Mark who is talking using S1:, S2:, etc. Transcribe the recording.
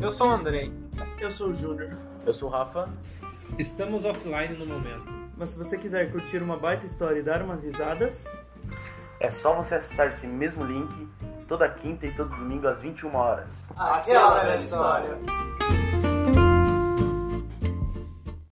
S1: Eu sou o Andrei.
S2: Eu sou o Júnior.
S3: Eu sou o Rafa.
S4: Estamos offline no momento.
S2: Mas se você quiser curtir uma baita história e dar umas risadas,
S3: É só você acessar esse mesmo link toda quinta e todo domingo às 21 horas.
S1: Aquela velha história.